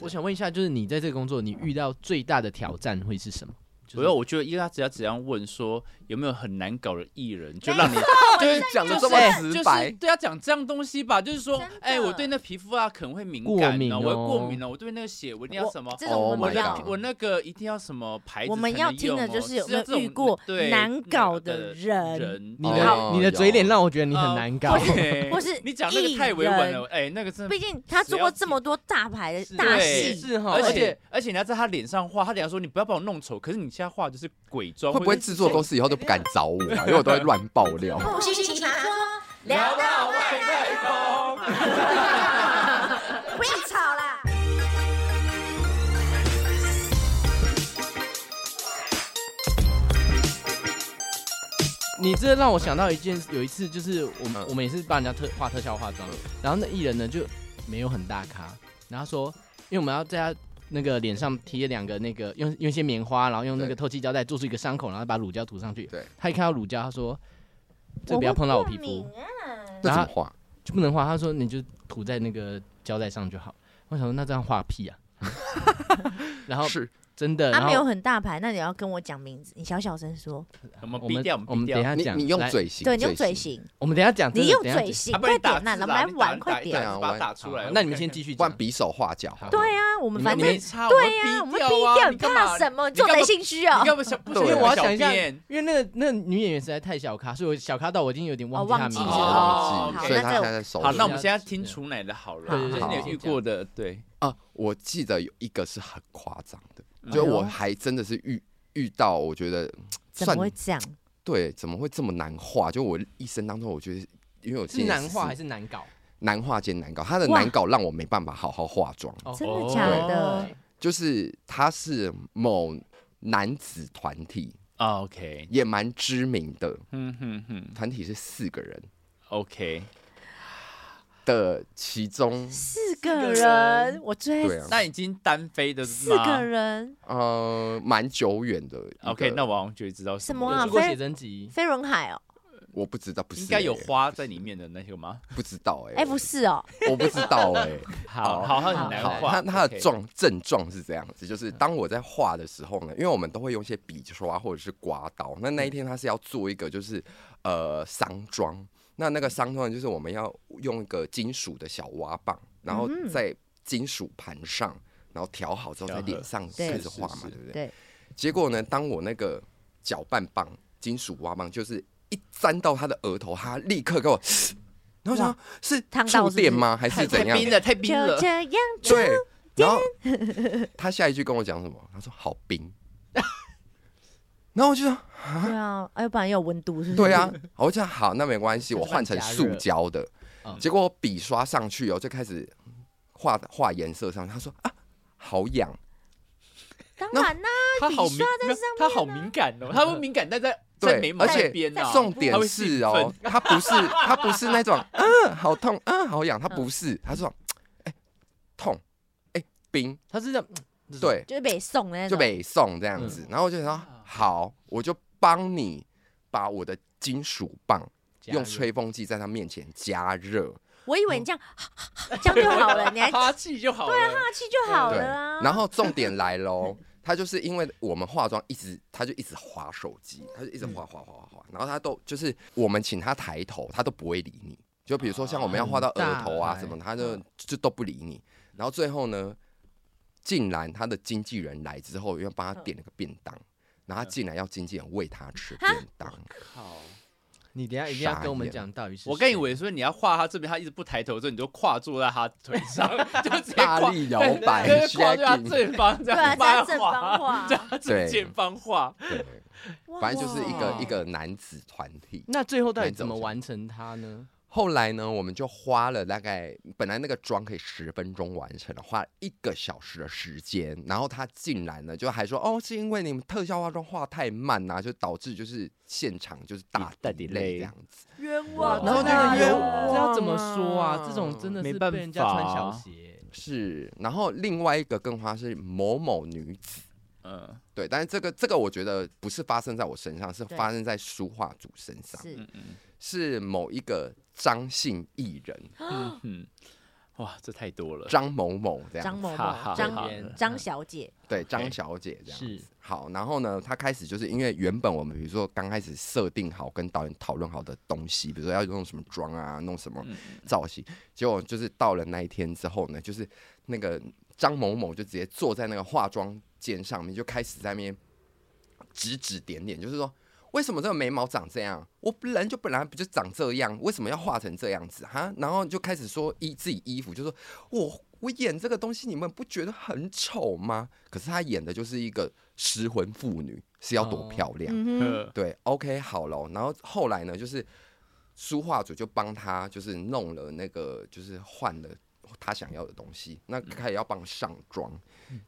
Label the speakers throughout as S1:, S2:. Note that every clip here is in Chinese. S1: 我想问一下，就是你在这个工作，你遇到最大的挑战会是什么？就是
S2: 不要，我觉得，因为他只要只要问说有没有很难搞的艺人，就让你
S3: 就是讲的这么直
S2: 就是
S3: 白，
S2: 对啊，讲这样东西吧，就是说
S4: 真的，
S2: 哎、我对那皮肤啊可能会敏
S1: 过
S2: 感、
S1: 敏
S2: 哦，
S1: 哦
S2: 我会过敏了、我对那个血我一定要什么。
S4: 这种我
S3: Oh
S4: 们
S3: my
S4: 不要
S3: god
S2: 我那个一定要什么牌子、
S4: 我们要听
S2: 哦
S4: 的就是有没有遇过
S2: 对
S4: 难搞
S2: 那
S4: 的
S2: 个
S4: 人，
S2: 人，
S1: 你
S4: 的
S1: 的
S3: 哦
S1: 你的嘴脸让我觉得你
S2: 你
S1: 很难搞。
S4: 或哦是
S2: 你讲那个太委婉了，哎、那个真的
S4: 毕，竟他做过这么多大牌
S2: 是
S4: 的大
S2: 对
S4: 戏，
S1: 是哈，而
S2: 而
S1: 且
S2: 且而且你要在他脸上画，他脸上说你不要把我弄丑，可是你现在画就是鬼妆，
S3: 会不会制作公
S2: 司
S3: 司以后都不敢找我啊？因为我都会乱爆 料。
S5: 不虚情茶说，
S2: 聊到外太空？
S5: 不要吵啦。
S1: 你这让我想到一件，有一次就是我们、
S3: 嗯
S1: 我们也是帮人家特画特效化妆
S3: 嗯，
S1: 然后那艺人呢就没有很大咖，然后他说，因为我们要在他那个脸上贴两个那个用用一些棉花，然后用那个
S3: 对
S1: 透气胶带做出一个伤口，然后把乳胶涂上去。
S3: 对，
S1: 他一看到乳胶，他说这不要碰到我皮
S4: 我会
S1: 肤
S4: 过，
S3: 那怎么画？
S1: 就不能画。他说你就涂在那个胶带上就好。我想说那这样画屁啊， 然后
S3: 是
S1: 真的，
S4: 他
S1: 然后
S4: 没有很大牌，那你要跟我讲名字，你小小声说，
S2: 我们
S1: 我
S2: 逼
S1: 们
S2: 掉，
S1: 我
S2: 们
S1: 们
S2: 逼
S1: 等一
S2: 掉。
S1: 下
S3: 你
S1: 讲，
S3: 你用
S1: 来，
S3: 嘴型，
S4: 对，你用嘴
S3: 嘴，
S4: 型，
S1: 我们等一下讲，真
S4: 你
S1: 的
S4: 用
S1: 等一下
S4: 嘴
S1: 讲
S4: 型，
S2: 啊不
S4: 快
S2: 然你打
S4: 点呐，
S2: 字
S4: 我
S2: 啊
S4: 们来
S2: 你打
S4: 玩，
S2: 你
S4: 快
S2: 打
S4: 点
S3: 对。啊
S2: 把它
S3: 我
S2: 打出来
S1: 好。那你们先继续
S3: 不然
S1: 讲。
S3: 比手画脚好了。
S4: 对啊，我们
S1: 你
S4: 反
S1: 你
S4: 正
S1: 们
S2: 没差，
S4: 对呀，我们低调，你
S2: 你干
S4: 怕
S2: 嘛？
S4: 什么？
S2: 你
S4: 做
S2: 干嘛
S4: 贼心虚哦
S2: 你。干嘛想不
S3: 对
S2: 想
S1: 因为我要
S2: 小
S1: 想一下
S2: 便
S1: 因为那个那个女演员实在太小咖，所以我小咖到我已经有点忘
S4: 哦忘
S1: 记
S4: 记
S1: 她名
S3: 哦
S1: 字了。
S4: 了哦好
S3: 所以
S4: 那
S3: 他
S4: 这
S3: 现
S4: 个
S3: 在在手
S2: 好，
S3: 术
S2: 那我们现在听楚奶的好了，
S1: 对对对
S2: 就是
S3: 好
S2: 你有遇过的，对，
S3: 啊，我记得有一个是很夸张的，
S1: 哎
S2: 嗯
S3: 就是我还真的是遇遇到，我觉得嗯
S4: 怎么
S3: 算
S4: 会这样？
S3: 对，怎么会这么难画？就我一生当中，我觉得因为我今
S1: 是
S3: 天
S1: 难画
S3: 也
S1: 还
S3: 是
S1: 是难搞？
S3: 难画兼难搞，他的
S4: 哇
S3: 难搞让我没办法好好化妆。啊
S1: 哦
S4: 真的假的？
S3: 就是他是某男子团体，
S2: 啊，OK，
S3: 也蛮知名的
S2: 嗯哼哼
S3: 团体，是四个人
S2: ，OK，
S3: 的其中，
S4: 四个
S2: 四个
S4: 人
S2: 人，
S4: 我最
S3: 对
S4: 爱
S3: 啊，
S2: 那已经单飞的是
S4: 四
S2: 吗
S4: 个人。
S3: 呃，蛮久远的一个。
S2: ，OK，那我好像就知道是
S4: 什么
S1: 有
S4: 啊
S1: 出过写真集，
S4: 飞轮海哦，
S3: 我不知道，不是
S2: 应该有
S3: 欸
S2: 花在里面的那个吗？
S3: 不知道哎，
S4: 哎不是哦，
S3: 我不知道哎。
S2: 好好，
S3: 好
S2: 它很难
S3: 好，
S2: 画。
S3: 他他的
S2: OK
S3: 状症状是这样子，就是当我在画的时候呢，因为我们都会用一些笔刷或者是刮刀。那那一天他是要做一个就是呃丧妆，那那个丧妆就是我们要用一个金属的小挖棒，然后
S4: 嗯哼
S3: 在金属盘上，然后调好之后在
S2: 调和
S3: 脸上
S4: 对
S3: 开始画嘛
S2: 是，是
S3: 对不对？
S4: 对，
S3: 结果呢，当我那个搅拌棒金属挖棒就是一沾到他的额头，他立刻给我， 然后我想说是
S4: 烫到是
S3: 触
S4: 不是
S3: 电吗？还
S2: 太
S3: 是怎
S2: 太
S3: 样？
S2: 冰了，太冰
S4: 就
S2: 了。
S4: 这样子。
S3: 对，然后他下一句跟我讲什么？他说好冰。 然后我就说，
S4: 对啊，哎，不然要有温度是不是？
S3: 对啊，我就想好，那没关系，
S1: 还
S3: 我
S1: 是
S3: 换成
S1: 把它加
S3: 塑
S1: 热
S3: 胶的
S1: 嗯。
S3: 结果我笔刷上去哦，就开始画画颜色上去。他说啊，好痒。
S4: 当然啦，
S2: 他好
S4: 笔
S2: 敏
S4: 刷，
S2: 没有他好敏感哦，他会敏感，但在在
S3: 对
S2: 眉毛
S3: 而且
S2: 那边啊。
S3: 重
S2: 他
S3: 点
S2: 会
S3: 是
S2: 兴
S3: 哦，他不是他不是那种 嗯好痛嗯好痒，他不是，他说哎痛哎冰，
S1: 他是这样，嗯这种，
S3: 对，
S4: 就是北宋的那
S3: 就
S4: 种。
S3: 北送这样
S2: 嗯
S3: 子。然后我就想说
S2: 啊
S3: 好，我就帮你把我的金属棒。
S1: 加
S3: 用
S1: 热
S3: 吹风机在他面前加热，
S4: 我以为你这样
S3: 嗯
S4: 这样就好了，你还
S2: 哈气就好了。对啊，
S4: 大气就好
S3: 对，
S4: 了啊。
S3: 然后重点来 喽，他就是因为我们化妆一直，他就一直划手机，他就一直
S4: 嗯
S3: 划划划划划，然后他都就是我们请他抬头，他都不会理你。就比如说像我们要画到
S4: 嗯
S3: 额头
S1: 很
S3: 啊
S1: 大
S3: 什么，他就就都不理你。然后最后呢，竟然他的经纪人来之后，要帮他点了个便当，
S4: 嗯
S3: 然后他竟然要经纪人喂他吃便 当，
S2: 靠！
S1: 你等一下一定要
S3: 傻
S1: 跟我们
S3: 眼
S1: 讲到底是谁。
S2: 我跟以为说你要画他这边，他一直不抬头的时候，你就跨坐在他腿 上，就直接跨
S3: 大力摇 摆
S2: 对对对跨在他
S3: shaking
S2: 正方这
S4: 对啊，
S2: 样，
S4: 在
S2: 帮他
S4: 正方
S2: 画，
S4: 画，
S2: 他正
S3: 对
S2: 前方画。
S3: 对，
S4: 哇
S3: 反正就是一个
S4: 哇
S3: 一个男子团体。
S1: 那最后到底怎么完成它呢？
S3: 后来呢，我们就花了大概本来那个妆可以十分钟完成了，花了一个小时的时间。然后他竟然呢，就还说哦，是因为你们特效化妆化太慢啊呐、就导致就是现场就是大
S2: 大
S3: 地
S2: delay
S3: 雷这样子。
S4: 冤枉。啊
S1: 然后那
S3: 大
S1: 个
S3: 冤
S1: 有
S3: 枉
S1: 这要怎么说啊？这种真的
S2: 没
S1: 是
S2: 办
S1: 被人家穿
S2: 法
S1: 小鞋，
S3: 是，然后另外一个更花是某某女子，
S2: 嗯
S3: 对，但是这个这个我觉得不是发生在我身上，是
S4: 对
S3: 发生在书画组身上，
S4: 是
S2: 嗯
S3: 是某一个张姓艺人。
S2: 嗯嗯，哇，这太多了。
S3: 张某某这样
S4: 张
S3: 子，
S4: 某
S2: 哈哈
S4: 某，张
S2: 好
S1: 边
S4: 张小姐，
S3: 对，张
S2: OK
S3: 小姐这样子
S1: 是
S3: 好，然后呢，他开始就是因为原本我们比如说刚开始设定好跟导演讨论好的东西，比如说要弄什么妆啊，弄什么
S2: 嗯
S3: 造型，结果就是到了那一天之后呢，就是那个张某某就直接坐在那个化妆间上面，就开始在那边指指点点，就是说为什么这个眉毛长这样？我本人就本来不就长这样，为什么要画成这样子哈？然后就开始说衣自己衣服，就说我我演这个东西，你们不觉得很丑吗？可是她演的就是一个失婚妇女，是要多
S1: 哦
S3: 漂亮？
S4: 嗯哼，
S2: 呃
S3: 对，OK，好了。然后后来呢，就是书画组就帮他就是弄了那个，就是换了他想要的东西，那
S2: 嗯
S3: 开始要帮上妆。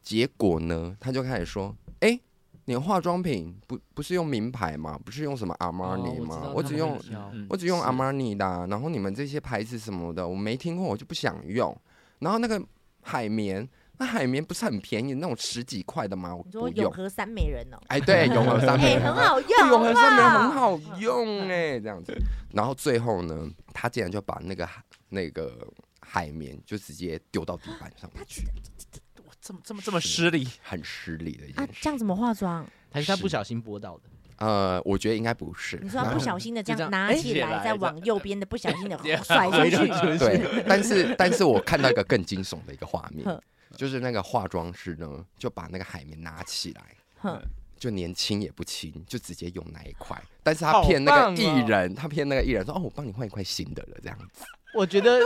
S3: 结果呢，他就开始说：“哎、你的化妆品不不是用名牌吗？不是用什么
S2: 哦
S3: 阿玛尼吗？我只用
S2: 嗯
S3: 我只用
S2: 是
S3: 阿玛尼的啊、然后你们这些牌子什么的，我没听过，我就不想用。然后那个海绵，那海绵不是很便宜，那种十几块的吗？我
S4: 你说
S3: 不
S4: 永
S3: 用。
S4: 和三美人哦，
S3: 哎，对，永和三
S4: 哎，
S3: 美人
S4: 很
S3: 啊
S4: 好用，啊
S3: 不永和
S4: 好
S3: 三
S4: 不
S3: 美人
S4: 好
S3: 很好用哎、这样子。然后最后呢，他竟然就把那个海那个海绵就直接丢到地板上面去，
S2: 哇，这么这么这么失礼，
S3: 很失礼的一
S4: 啊
S3: 件，事。
S4: 这样怎么化妆？
S1: 还是他不小心播到的，
S3: 呃，我觉得应该不是。
S4: 你说他不小心的这
S1: 就这
S4: 样
S1: 样
S4: 拿
S1: 哎
S4: 起
S2: 起
S4: 来，
S2: 来
S4: 再
S2: 这
S4: 往右边的不小 心的哦甩
S1: 回
S4: 出去，
S1: 去
S3: 对，但是但是我看到一个更惊悚的一个画面
S4: 哼，
S3: 就是那个化妆师呢，就把那个海绵拿起来，
S4: 哼，
S3: 就连亲也不亲，就直接用那一块。但是他
S1: 好
S3: 骗那
S1: 棒
S3: 个艺
S1: 哦
S3: 人，他骗那个艺人说：“哦，我帮你换一块新的了。”这样子，
S1: 我觉得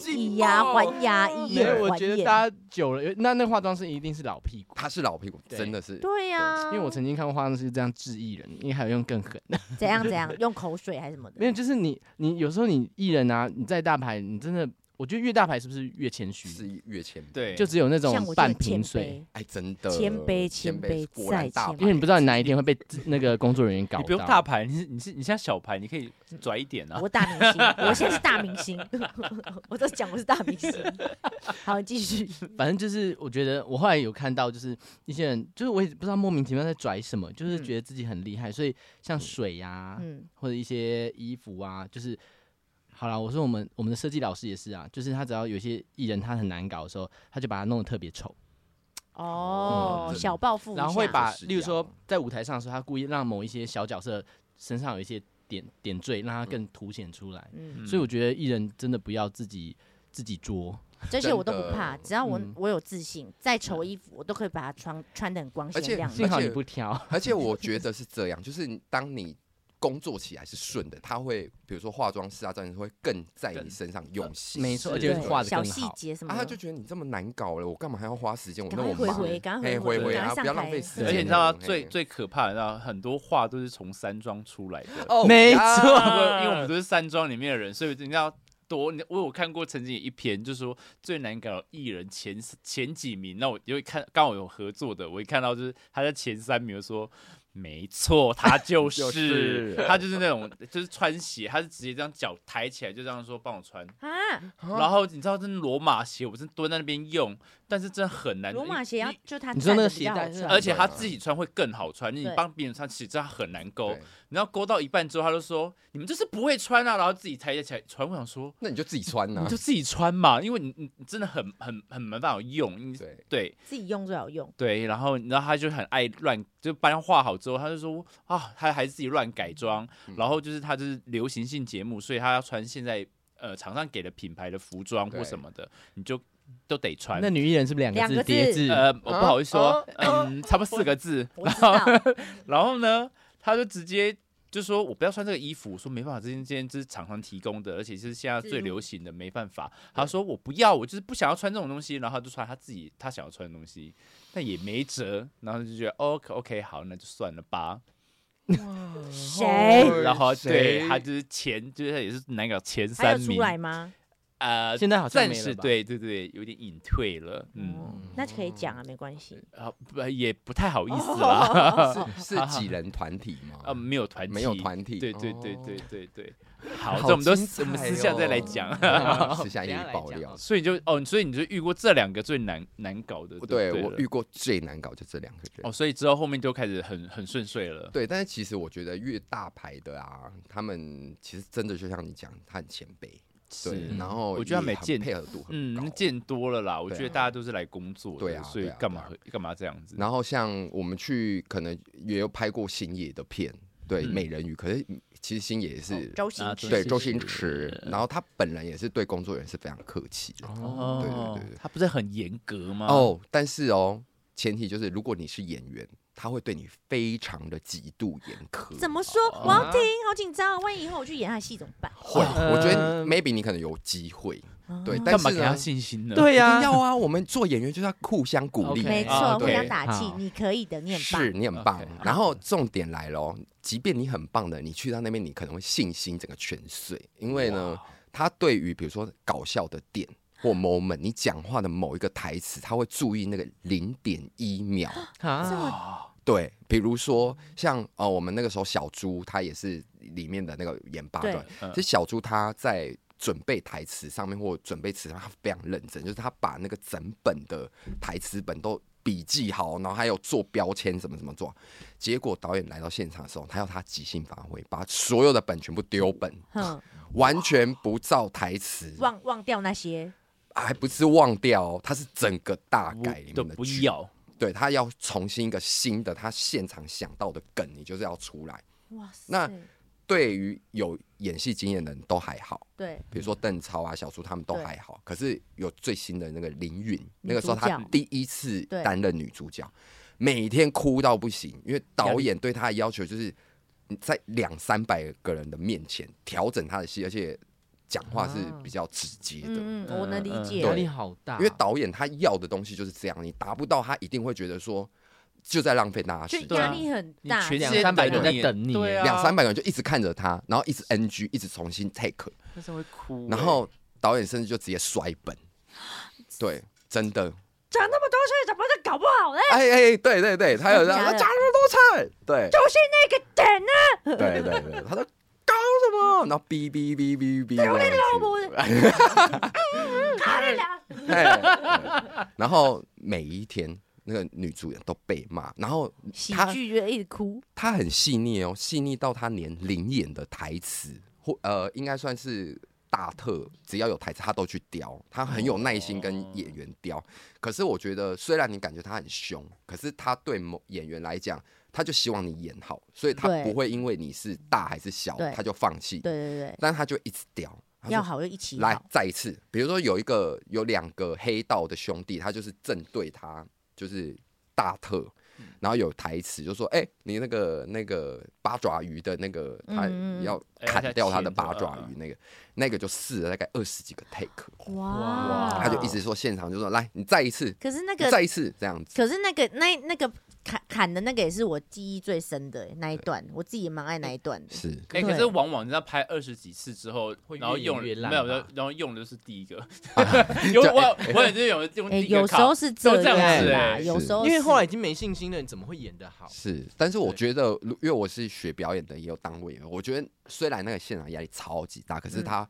S4: 是以牙还 牙，以
S1: 没有，
S4: 眼
S1: 哦我
S4: 还
S1: 觉得
S4: 眼。
S1: 大家久了，那那化妆师一定是老屁股，
S3: 他是老屁股，
S1: 对
S3: 真的是
S4: 对呀，
S1: 因为 我曾经看过化妆师这样治艺人，因为还有用更狠的，
S4: 怎样怎样用口水还是什么的
S1: 没，有，就是你你有时候你艺人啊，你再大牌，你真的，我觉得越大牌是不是越谦虚？
S3: 是越前辈
S2: 对，
S1: 就只有那种
S4: 像我
S1: 半
S4: 就
S1: 瓶
S4: 很谦
S1: 水，
S4: 卑，
S3: 哎，真的
S4: 谦卑谦卑
S3: 果然
S4: 再
S3: 大
S4: 谦
S3: 牌
S1: 因为你不知道你哪一天会被自那个工作人员搞
S2: 你
S1: 到。
S2: 不用大牌，你是你是你现在小牌，你可以拽一点啊
S4: 我。大明星，我现在是大明星， 我都讲我是大 明星。好，继续。
S1: 反正就是，我觉得我后来有看到，就是一些人，就是我也不知道莫名其妙在拽什么，就是
S2: 嗯
S1: 觉得自己很厉害，所以像水呀、
S4: 嗯，
S1: 或者一些衣服啊，就是好了，我说我们我们的设计老师也是啊，就是他只要有一些艺人他很难搞的时候，他就把他弄得特别丑，
S4: 哦，
S3: 嗯
S4: 小报复一下，
S1: 然后会把
S3: 是，一样
S1: 例如说在舞台上的时候，他故意让某一些小角色身上有一些点点缀，让他更凸显出来。
S4: 嗯，
S2: 嗯
S1: 所以我觉得艺人真的不要自己自己作，
S4: 这些我都不怕，
S3: 真
S4: 只要我
S1: 嗯
S4: 我有自信，再丑衣服我都可以把它穿穿的很光
S3: 而且
S4: 鲜亮
S1: 幸
S4: 丽。
S1: 好你不挑，
S3: 而且我觉得是这样，就是你当你工作起来是顺的，他会比如说化妆师啊，这样会更在你
S2: 更呃
S3: 身上用心，
S1: 没错，而
S4: 对
S1: 且画的
S4: 小
S1: 更
S4: 细
S1: 好。
S4: 节什
S3: 啊，
S4: 么
S3: 他
S4: 的
S3: 就，觉得你这么难搞了，我干嘛还要花时间？我
S4: 赶
S3: 那
S4: 快
S3: 我
S4: 回
S3: 忙，
S4: 回，赶快
S3: 哎，
S4: 回
S3: 回
S4: 回，
S3: 回
S4: 赶
S3: 啊，
S4: 快
S3: 不要
S4: 上
S3: 浪
S4: 台
S3: 费。时间。
S2: 而且你知道
S3: 嘿
S2: 最最可怕的，你知道很多话都是从山庄出来的。
S3: 哦
S1: 没
S3: 呀
S1: 错
S2: 我因为我们都是山庄里面的人，所以你要多。你我有看过曾经有一篇，就是说最难搞的艺人前前几名。那我有看，刚好有合作的，我一看到就是他在前三名，我说。没错，他就是、
S3: 就是
S2: 他就是那种就是穿鞋，他是直接这样脚抬起来就这样说帮我穿，
S4: 啊！
S2: 然后你知道这罗马鞋，我是蹲在那边用，但是真的很难。
S4: 罗马鞋要就它
S1: 你说
S4: 站
S1: 那
S4: 着
S1: 个
S4: 比
S1: 鞋
S4: 较
S1: 带
S4: 好
S1: 是
S4: 穿
S2: 而且他自己穿会更好穿，你
S4: 对
S2: 帮别人穿其实真的很难勾
S3: 对。
S2: 你要勾到一半之后，他就说你们就是不会穿啊，然后自己抬起来穿。我想说，
S3: 那你就自己穿呐
S2: 你就，自己穿嘛，因为你你你真的很很很没办法用，你
S3: 对，
S2: 对
S4: 自己用最好用。
S2: 对，然后你知道他就很爱乱，就帮他画好之后，他就说啊，他还是自己乱改装，
S3: 嗯
S2: 然后就是他就是流行性节目，所以他要穿现在呃厂商给的品牌的服装
S3: 对
S2: 或什么的，你就都得穿
S1: 那。女艺人是不是两
S4: 两
S1: 个
S4: 个
S1: 字
S4: 字
S1: 叠字？
S2: 呃，我不好意思说
S3: 啊，
S2: 嗯，差不多四个字，
S4: 我知道，
S2: 然后呢，他就直接就说：“我不要穿这个衣服。”我说：“没办法，这件这件这是厂商提供的，而且是现在最流行的，没办法。”他说：“我不要，我就是不想要穿这种东西。”然后他就穿他自己他想要穿的东西，但也没辙。然后就觉得哦，OK OK，好，那就算了 吧。
S4: 谁
S2: 然后对
S3: 谁
S2: 他就是前，就是他也是难搞前
S4: 还有
S2: 三
S4: 出
S2: 名，
S4: 来吗？
S2: 呃，
S1: 现在好像
S2: 暂
S1: 没了
S2: 时
S1: 吧哦
S2: 对对对，有点隐退了，嗯，
S4: 嗯，那可以讲啊，没关系。
S2: 啊不也不太好意思啦，
S3: 是几人团体吗？
S2: 呃，没有团体，
S3: 没有团体，
S2: 对对对
S3: 哦
S2: 对对对，好，这
S3: 好
S2: 我们都
S3: 精
S2: 私我们
S3: 彩
S2: 私下再来
S3: 哦
S2: 讲。
S3: 私下一
S1: 等一下
S3: 起
S1: 来
S3: 爆
S1: 讲
S3: 料
S1: 哦。
S2: 所以你就哦，所以你就遇过这两个最难难搞的，
S3: 对
S2: 不
S3: 我
S2: 了
S3: 遇过最难搞就这两个人。
S2: 哦，所以之后后面就开始很很顺遂了。
S3: 对，但是其实我觉得越大牌的啊，他们其实真的就像你讲，他很谦卑，
S1: 是
S3: 对，，然后
S2: 嗯我觉得他
S3: 也
S2: 们
S3: 很
S2: 见
S3: 配合度很高
S2: 嗯，见多了啦，我
S3: 对
S2: 觉得
S3: 啊
S2: 大家都是来工作的，
S3: 对啊
S2: 所以
S3: 对啊
S2: 干嘛
S3: 对
S2: 干嘛这样子？
S3: 然后像我们去可能也有拍过星野的片，对
S2: 嗯
S3: 美人鱼，可是其实星野也是
S4: 哦周星
S2: 啊
S4: 驰
S3: 对
S2: 周
S3: 周
S2: 星
S3: 星
S2: 驰
S3: 驰，然后他本人也是对工作人员是非常客气的
S2: 哦啊
S3: 对对对对
S2: 他不是很严格吗？，
S3: 哦。但是哦，前提就是如果你是演员，他会对你非常的极度严苛。
S4: 怎么说？我要听，好紧张。哦万一以后我去演他的戏怎么办？
S3: 会？
S1: 呃
S3: 我觉得 maybe 你可能有机会，对
S4: 啊
S3: 但
S2: 干
S3: 是
S2: 嘛给他
S3: 呢
S2: 信心呢？
S1: 对呀
S3: 一定要啊！我们做演员就是要互相鼓励
S1: OK
S4: 没
S2: 啊
S4: 错，互
S3: 对
S4: 相打气
S1: 好，
S4: 你可以的，你很棒
S3: 是，你很棒
S2: OK，好。
S3: 然后重点来了，即便你很棒的，你去到那边，你可能会信心整个全碎，因为呢
S2: 哇，
S3: 他对于比如说搞笑的点或 moment，你讲话的某一个台词，他会注意那个零点一秒。
S4: 这
S1: 啊，
S4: 么
S3: 对，比如说像呃，我们那个时候小猪他也是里面的那个演八段
S4: 啊对，
S2: 嗯
S3: 其实小猪他在。准备台词上面或准备词上，他非常认真，就是他把那个整本的台词本都笔记好，然后还有做标签怎么怎么做。结果导演来到现场的时候，他要他即兴发挥，把所有的本全部丢本，
S4: 哼，
S3: 完全不照台词，
S4: 忘忘掉那些
S3: 还不是忘掉哦，他是整个大
S2: 不
S3: 改里
S2: 都
S3: 面的
S2: 不
S3: 剧
S2: 要，
S3: 对他要重新一个新的，他现场想到的梗，你就是要出来。
S4: 哇塞，
S3: 那对于有演戏经验的人都还好，
S4: 对
S3: 比如说邓超啊、小苏他们都
S4: 对
S3: 还好。可是有最新的那个林允，那个时候她
S4: 角
S3: 第一次
S4: 对
S3: 担任女主角，每天哭到不行，因为导演对她的要求就是你在两三百个人的面前调整她的戏，而且讲话是
S1: 啊
S3: 比较直接的。
S4: 嗯嗯，我能理解，
S1: 压
S3: 对
S1: 力好大，哦
S3: 因为导演他要的东西就是这样，你达不到，他一定会觉得说就在浪费大家
S4: 就
S3: 时间，
S2: 对
S4: 压
S2: 啊
S4: 力很
S1: 你
S4: 大，
S1: 全两
S2: 世界
S1: 三百
S2: 等
S1: 个人在
S2: 你
S1: 等你，
S2: 对啊
S3: 两三百个人就一直看着他，然后一直 NG，一直重新 take，
S2: 但是会哭欸。
S3: 然后导演甚至就直接摔本，对，真的，
S4: 讲那么多事，怎么都搞不好呢？
S3: 哎哎，对对对，他有这样，
S4: 真
S3: 他
S4: 的
S3: 讲那么多菜，对
S4: 就是那个点呢，
S3: 对对对，他说搞什么，然后哔哔哔哔哔，有点
S4: 要不 看了，
S3: 哎，然后每一天那个女主演都被骂，然后
S4: 喜
S3: 她
S4: 剧就一直哭，
S3: 她很细腻哦，细腻到她连灵演的台词或呃，应该算是大特，只要有台词她都去雕，她很有耐心跟演员雕。可是我觉得，虽然你感觉她很凶，可是她对某演员来讲，她就希望你演好，所以她
S4: 对
S3: 不会因为你是大还是小
S4: 对，
S3: 她就放弃，
S4: 对对对，
S3: 但她就一直雕。她说
S4: 要好就一起
S3: 来
S4: 好，
S3: 再一次，比如说有一个有两个黑道的兄弟，他就是正对他就是大特，
S4: 嗯
S3: 然后有台词就说：“哎、你那个那个八爪鱼的那个，他
S4: 嗯嗯嗯哎
S3: 要
S2: 哎
S3: 砍掉他
S2: 他牵着
S3: 的八爪
S4: 嗯
S3: 鱼那个，那个就试了大概二十几个 take，、
S4: 哇，
S2: 哇
S3: 他就一直说现场就说：来，你再一次，
S4: 可是那
S3: 你
S4: 个
S3: 再一次这样子。”
S4: 可是那个那那个砍砍的那个也是我记忆最深的欸那一段，我自己也蛮爱那一段的。欸
S3: 是，
S2: 哎、
S4: 对
S2: 可是往往你知道拍二十几次之后
S1: 会，越
S2: 然后
S1: 演
S2: 用
S1: 越烂
S2: 没有，
S1: 吧
S2: 然后然后用的就是第一个， 有
S3: 啊就
S2: 我我也是有用
S4: 哎，
S2: 第一
S4: 有
S2: 个
S4: 时
S2: 卡
S4: 候，是这
S2: 都这
S1: 样子
S4: 啦，
S2: 欸
S4: 有时候
S1: 因为
S4: 是
S1: 后来已经没信心了，你怎么会演得好？
S3: 是，但是我
S1: 对
S3: 觉得，如因为我是学表演的，也有当过演员，我觉得虽然那个现场压力超级大，可是
S4: 嗯
S3: 它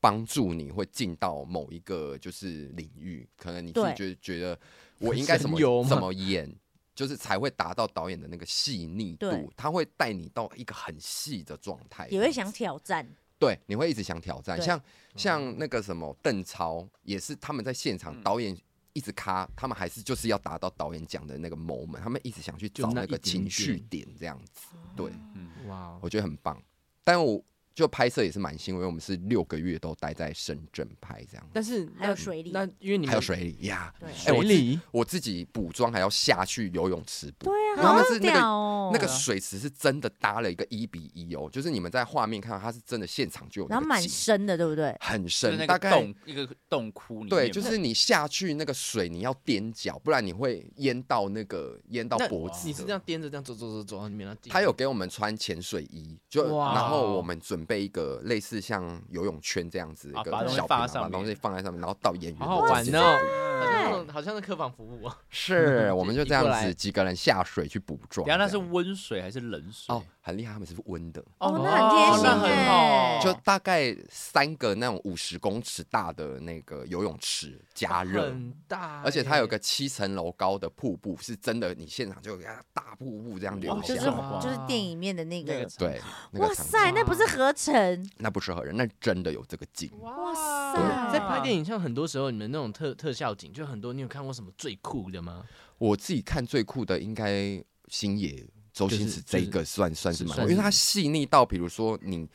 S3: 帮助你会进到某一个就是领域，可能你
S4: 对
S3: 是觉得觉得我应该怎么
S1: 神游吗
S3: 怎么演。就是才会达到导演的那个细腻
S4: 对
S3: 度，他会带你到一个很细的状态，
S4: 也会想挑战，
S3: 对，你会一直想挑战，
S4: 对
S3: 像
S1: 嗯
S3: 像那个什么邓超，也是他们在现场
S2: 嗯
S3: 导演一直卡，他们还是就是要达到导演讲的那个 moment，他们一直想去
S1: 就
S3: 找
S1: 那
S3: 那
S1: 一
S3: 个
S1: 点
S3: 情绪
S1: 点哦
S3: 点这样子，对
S2: 嗯，
S1: 哇哦
S3: 我觉得很棒。但我就拍摄也是蛮辛苦，因为我们是六个月都待在深圳拍这样，
S1: 但是
S4: 还
S1: 那
S4: 有水里
S1: 那因为你们
S3: 还有水里呀，
S4: 对
S3: 哎
S1: 水
S3: 我自
S1: 里
S3: 我自己补妆还要下去游泳池补，
S4: 对啊
S3: 然后
S4: 好
S3: 他们是那个
S4: 屌哦
S3: 那个水池是真的搭了一个一比一哦，就是你们在画面看到它是真的现场就有那
S4: 然后
S3: 个
S4: 蛮
S3: 景
S4: 深的，对不对？
S3: 很
S2: 就是
S3: 深，
S2: 那
S3: 大
S2: 个
S3: 概
S2: 洞一个洞窟里面嘛，
S3: 对，就是你下去那个水，你要踮脚，不然你会淹到那个淹到
S1: 那
S3: 脖子的。
S1: 你是这样颠着这样走走走走，你们要
S3: 他有给我们穿潜水衣，就
S1: 哇
S3: 然后我们准备一个类似像游泳圈这样子
S2: 哦啊
S3: 一个
S2: 把东西
S3: 小
S2: 放在
S3: 平台
S2: 上
S3: 把
S2: 面
S3: 东西放在上面，然后到演员
S1: 好好
S3: 的
S1: 玩
S3: 位置
S1: 哦， 好像那种好像是客房服务哦，
S3: 是，我们就这样
S1: 移过来
S3: 子几个人下水去捕捉。
S2: 等一下那
S3: 这
S2: 是
S3: 样
S2: 温水还是冷水？
S3: 哦，很厉害，他们是温的，
S4: 哦那很贴
S2: 哦
S4: 心
S2: 那很
S4: 欸
S2: 好
S3: 就大概三个那种五十公尺大的那个游泳池加热。
S1: 很大欸，
S3: 而且它有个七层楼高的瀑布，是真的，你现场就有它大瀑布这样流
S2: 哇
S4: 就
S3: 下
S4: 是
S3: 来。
S2: 哇
S4: 就是电影里面的那
S2: 那
S4: 个
S2: 个，场
S3: 对，啊那
S4: 哇
S3: 个场景
S4: 塞，那不是合成，
S3: 那不是合人，那真的有这个景。
S4: 哇塞
S1: 在拍电
S2: 影，
S1: 影，像很多时候你们那种特特效景，就很多。你有看过什么最酷的吗？
S3: 我自己看最酷的应该星爷周星驰这一个算算是蛮酷，
S1: 算
S3: 因
S1: 是
S3: 为他细腻到，比如说你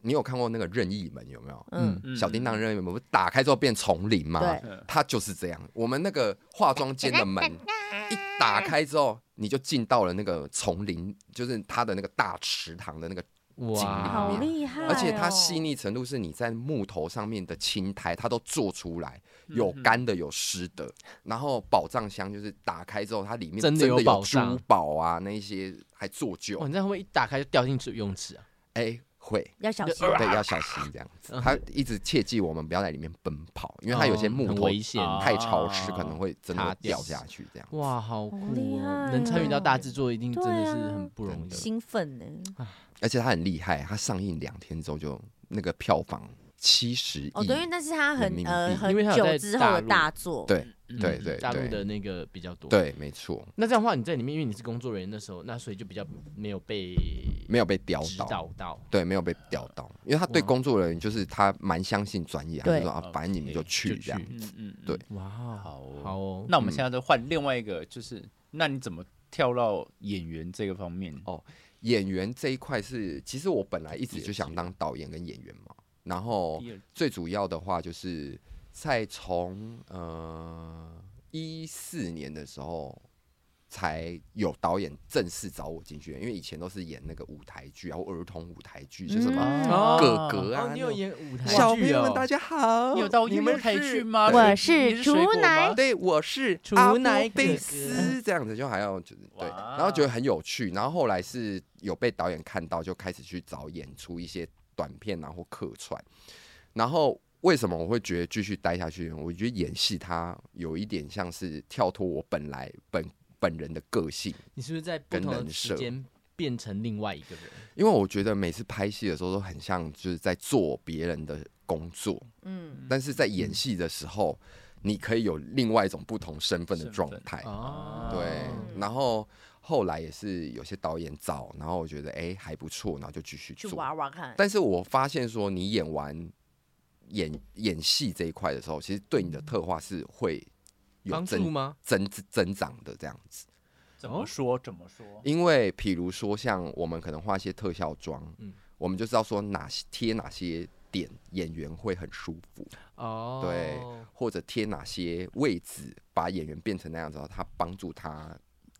S3: 你有看过那个任意门有没有？
S4: 嗯，
S2: 嗯
S3: 小叮当任意门不是打开之后变丛林吗？
S4: 对
S2: 嗯
S3: 它就是这样。我们那个化妆间的门
S4: 哎
S3: 一打开之后，你就进到了那个丛林，就是它的那个大池塘的那个，
S1: 哇，
S4: 好
S3: 里面
S4: 厉害哦，
S3: 而且它细腻程度是你在木头上面的青苔，它都做出来，
S4: 嗯
S3: 有干的，有湿的。然后宝藏箱就是打开之后，它里面
S1: 真的
S3: 的
S1: 有宝藏
S3: 珠宝啊，那一些还做旧
S4: 哦
S1: 哇，，你这样会不会一打开就掉进水泳池啊？
S3: 哎，会。
S4: 要小心，
S3: 对，要小心这样子。他一直切记我们不要在里面奔跑，因为它有些
S1: 嗯哦
S3: 木
S1: 很
S3: 头
S1: 危险哦
S2: 啊
S3: 太潮湿，可能会真的
S1: 塌
S3: 会
S1: 掉
S3: 掉下去这样。
S1: 哇，好酷
S4: 好厉
S1: 哦！
S4: 害
S1: 能参与到
S4: 哦
S1: 大制作，一定真的
S4: 对
S1: 是
S4: 啊
S1: 很不容易。
S4: 兴奋呢，
S3: 而且它很厉害，它上映两天之后就那个票房七十亿，
S4: 哦，对，因为那是他
S3: 人
S4: 很
S3: 民
S4: 呃
S3: 币
S4: 很
S1: 因为它有在
S4: 久之后
S1: 大
S4: 的
S1: 陆
S4: 大作，
S3: 对对对
S1: 大陆
S3: 对
S1: 嗯的那个比较多。，
S3: 对，没错，
S1: 那这样的话，你在里面，因为你是工作人员那时候，那所以就比较没有被
S3: 没有被叼
S1: 指
S3: 到。
S1: 导到。
S3: 对，没有被叼到，因为他对
S1: 哇
S3: 工作人员就是他蛮相信专业，他
S4: 对
S3: 就说啊，反正你们就去
S1: 就
S3: 这样。
S1: 去
S2: 嗯嗯，嗯
S3: 对嗯
S1: 哇，好
S2: 好哦
S1: 好哦。
S2: 那我们现在再换另外一个，就是那你怎么跳到演员这个方面？
S3: 演员这一块是，其实我本来一直就想当导演跟演员嘛，然后
S2: 第二集
S3: 最主要的话就是在从呃一四年的时候才有导演正式找我进去，因为以前都是演那个舞台剧啊，或儿童舞台剧，就什么
S4: 嗯
S2: 哦
S3: 哥哥啊
S1: 哦，，你有
S3: 那种
S1: 演舞台
S3: 小朋
S1: 剧
S3: 友
S1: 哦
S3: 们？大家好，
S2: 你有到
S3: 哦你
S2: 演
S3: 们
S2: 舞台剧
S3: 是？
S2: 吗？
S4: 我
S2: 是
S4: 是
S2: 你水
S4: 竹
S2: 果
S4: 奶
S2: 吗
S3: 对，我是
S1: 厨
S3: 阿
S1: 奶
S3: 布
S1: 哥
S3: 贝
S1: 哥
S3: 斯这样子，就还要就是对，
S2: 哇
S3: 然后觉得很有趣，然后后来是有被导演看到，就开始去找演出一些短片啊或客串，然后。为什么我会觉得继续待下去？我觉得演戏它有一点像是跳脱我本来本本人的个性，
S1: 你是不是在不
S3: 跟
S1: 同的
S3: 人
S1: 时
S3: 设
S1: 间变成另外一个人？
S3: 因为我觉得每次拍戏的时候都很像就是在做别人的工作，
S4: 嗯，
S3: 但是在演戏的时候，你可以有另外一种不同身份的
S2: 身
S3: 状
S2: 份
S3: 态。
S1: 哦，
S3: 哎对，然后后来也是有些导演找，然后我觉得哎、诶还不错，然后就继续
S4: 去
S3: 做。
S4: 玩玩看，
S3: 但是我发现说，你演完演演戏这一块的时候，其实对你
S4: 嗯
S3: 的特化是会有
S1: 帮助
S3: 增
S1: 吗？
S3: 增增长的这样子。
S2: 怎
S3: 哦
S2: 么说？怎么说？
S3: 因为譬如说，像我们可能画一些特效妆，
S1: 嗯
S3: 我们就知道说哪些贴哪些点演员会很舒服，
S1: 哦，
S3: 对，或者贴哪些位置把演员变成那样子，他帮助他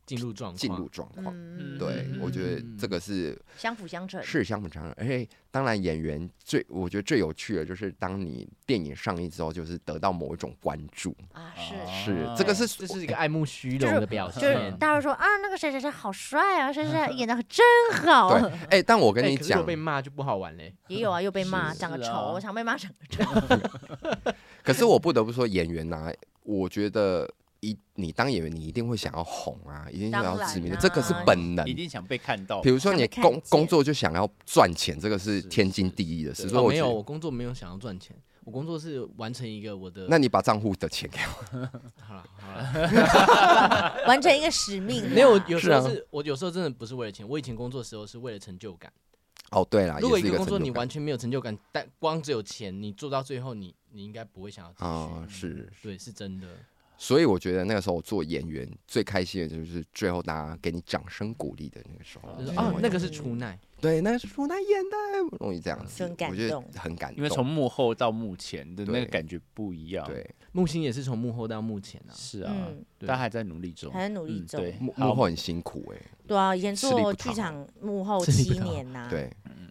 S1: 进入状况，
S3: 进入状况。
S4: 嗯，
S3: 对，我觉得这个是
S4: 相辅相成，
S3: 是相辅相成。而且，当然演员最，我觉得最有趣的就是当你电影上映之后，就是得到某一种关注，
S4: 啊，是
S2: 啊
S3: 是这个是
S1: 哦这是一个爱慕虚荣的表
S4: 就是
S1: 现。
S4: 大家会说啊，那个谁谁谁好帅啊，谁谁谁演的真好，
S3: 对。 哎，但我跟
S1: 哎
S3: 你
S1: 可是如果
S3: 讲
S1: 被，骂就不好玩嘞。
S4: 也有啊，又被骂
S2: 是
S4: 长得
S2: 是啊
S4: 丑，常被骂长得丑，
S3: 可是我不得不说，演员呐，我觉得一你当演员，你一定会想要红啊，一定想要知名
S4: 当然
S3: 的，
S4: 啊
S3: 这个是本能
S2: 一。定想被看到
S3: 比。如说你
S4: 想被看
S3: 工
S4: 见
S3: 工作就想要赚钱，这个
S2: 是
S3: 是
S2: 是
S3: 天经地义的事。
S2: 对
S3: 所以
S1: 哦
S3: 我
S1: 没
S3: 觉
S1: 有，
S3: 得，
S1: 我工作没有想要赚钱，我工作是完成一个我的。
S3: 那你把账户的钱给我，
S1: 好了好 了，
S4: 完成一个使命。
S1: 没有，我有
S3: 是
S1: 时候
S3: 啊
S1: 是我有时候真的不是为了钱，我以前工作的时候是为了成就感。
S3: 哦，对啦，
S1: 如果
S3: 也是
S1: 个
S3: 个
S1: 工作
S3: 成就
S1: 你
S3: 感
S1: 完全没有成就感，但光只有钱，你做到最后你，你应该不会想要
S3: 啊
S1: 继续。
S3: 是
S1: 对，是真的。
S3: 所以我觉得那个时候我做演员最开心的就是最后大家给你掌声鼓励的那哦个时候，
S2: 哦
S1: 就是
S3: 就是
S1: 啊
S3: 我，
S1: 那个是出奈，
S3: 对，那是楚南演的，不容易这样子
S4: 真，感
S3: 我觉得
S4: 动
S3: 很感动，
S2: 因为从幕后到幕前的那个
S3: 对
S2: 感觉不一样。，
S3: 对
S1: 木星也是从幕后到幕前啊。
S2: 是啊，
S4: 嗯，
S1: 对
S2: 大家还在努力中，
S4: 还在努力
S2: 嗯
S4: 中
S2: 对，
S3: 幕
S2: 好
S3: 幕后很辛苦哎，
S4: 对啊，以前
S3: 吃力
S4: 做
S3: 不
S4: 剧
S3: 讨好
S4: 场幕后
S1: 吃力
S4: 七
S1: 不 讨好
S4: 年呐，，
S3: 对，